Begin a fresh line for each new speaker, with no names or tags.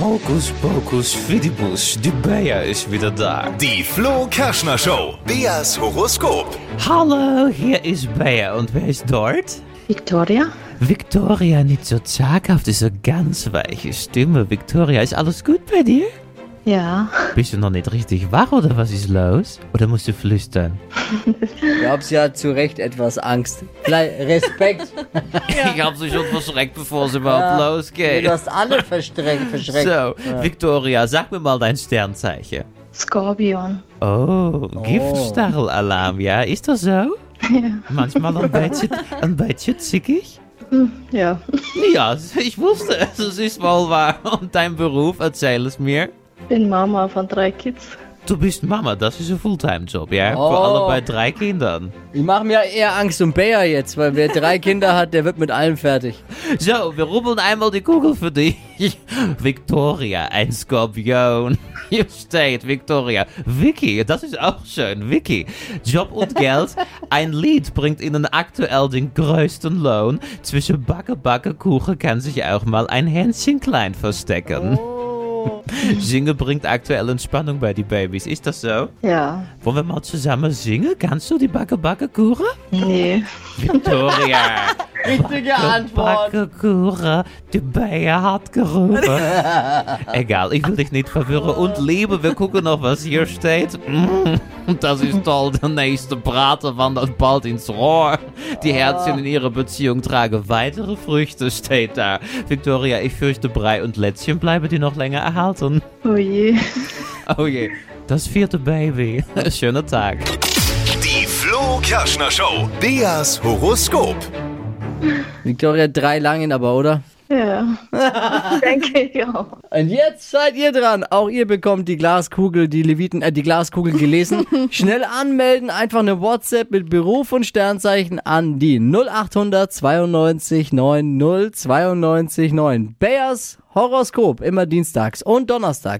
Hokus Pokus Fidibus, die Bea ist wieder da.
Die Flo Kerschner Show. Beas Horoskop.
Hallo, hier ist Bea und wer ist dort?
Victoria?
Victoria, nicht so zaghaft, ist eine ganz weiche Stimme. Victoria, ist alles gut bei dir?
Ja,
Bist du noch nicht richtig wach oder was ist los? Oder musst du flüstern?
Ich glaube, sie hat zu Recht etwas Angst. Vielleicht Respekt,
Ich hab sie schon verschreckt, bevor es überhaupt
Ja.
losgeht.
du hast alle verstreckt.
So,
verschreckt.
Victoria, sag mir mal dein Sternzeichen.
Skorpion.
Oh, Giftstachelalarm, ja? Ist das so?
Ja.
Manchmal ein bisschen, ein bisschen zickig?
Ja.
Ja, ich wusste es, es ist wohl wahr. Und dein Beruf, erzähl es mir.
Bin Mama von drei Kids.
Du bist Mama, das ist ein Fulltime-Job, ja? Vor
Oh.
allem bei drei Kindern.
Ich mache mir eher Angst um Bayer jetzt, weil wer drei Kinder hat, der wird mit allem fertig.
So, wir rubbeln einmal die Kugel für dich. Victoria, ein Skorpion. Hier steht Victoria. Vicky, das ist auch schön. Vicky, Job und Geld. Ein Lied bringt Ihnen aktuell den größten Lohn. Zwischen Backe, Backe, Kuchen kann sich auch mal ein Händchen klein verstecken. Singen bringt aktuell Entspannung bei die Babys. Ist das so?
Ja.
Wollen wir mal zusammen singen? Kannst du die Backe, Backe, Kuchen?
Nee.
Victoria.
Richtige Antwort.
Bakkekuchen, die Bijen hat gerufen. Egal, ich will dich nicht verwirren. Und Liebe, wir gucken noch, was hier steht. Mm, Das ist toll, der nächste Braten wandert bald ins Rohr. Die Herzchen in ihrer Beziehung tragen weitere Früchte, steht da. Victoria, ich fürchte, Brei und Lätzchen bleiben dir noch länger erhalten.
Oh je.
Oh je, das vierte Baby. Schöner Tag.
Die Flo Kerschner Show. Beas Horoskop.
Victoria hat drei Langen aber, oder?
Ja. Denke ich auch.
Und jetzt seid ihr dran. Auch ihr bekommt die Glaskugel, die Leviten, äh, die Glaskugel gelesen. Schnell anmelden, einfach eine WhatsApp mit Beruf und Sternzeichen an die 0800 92 9 0 92 9. Bayers Horoskop, immer dienstags und donnerstags.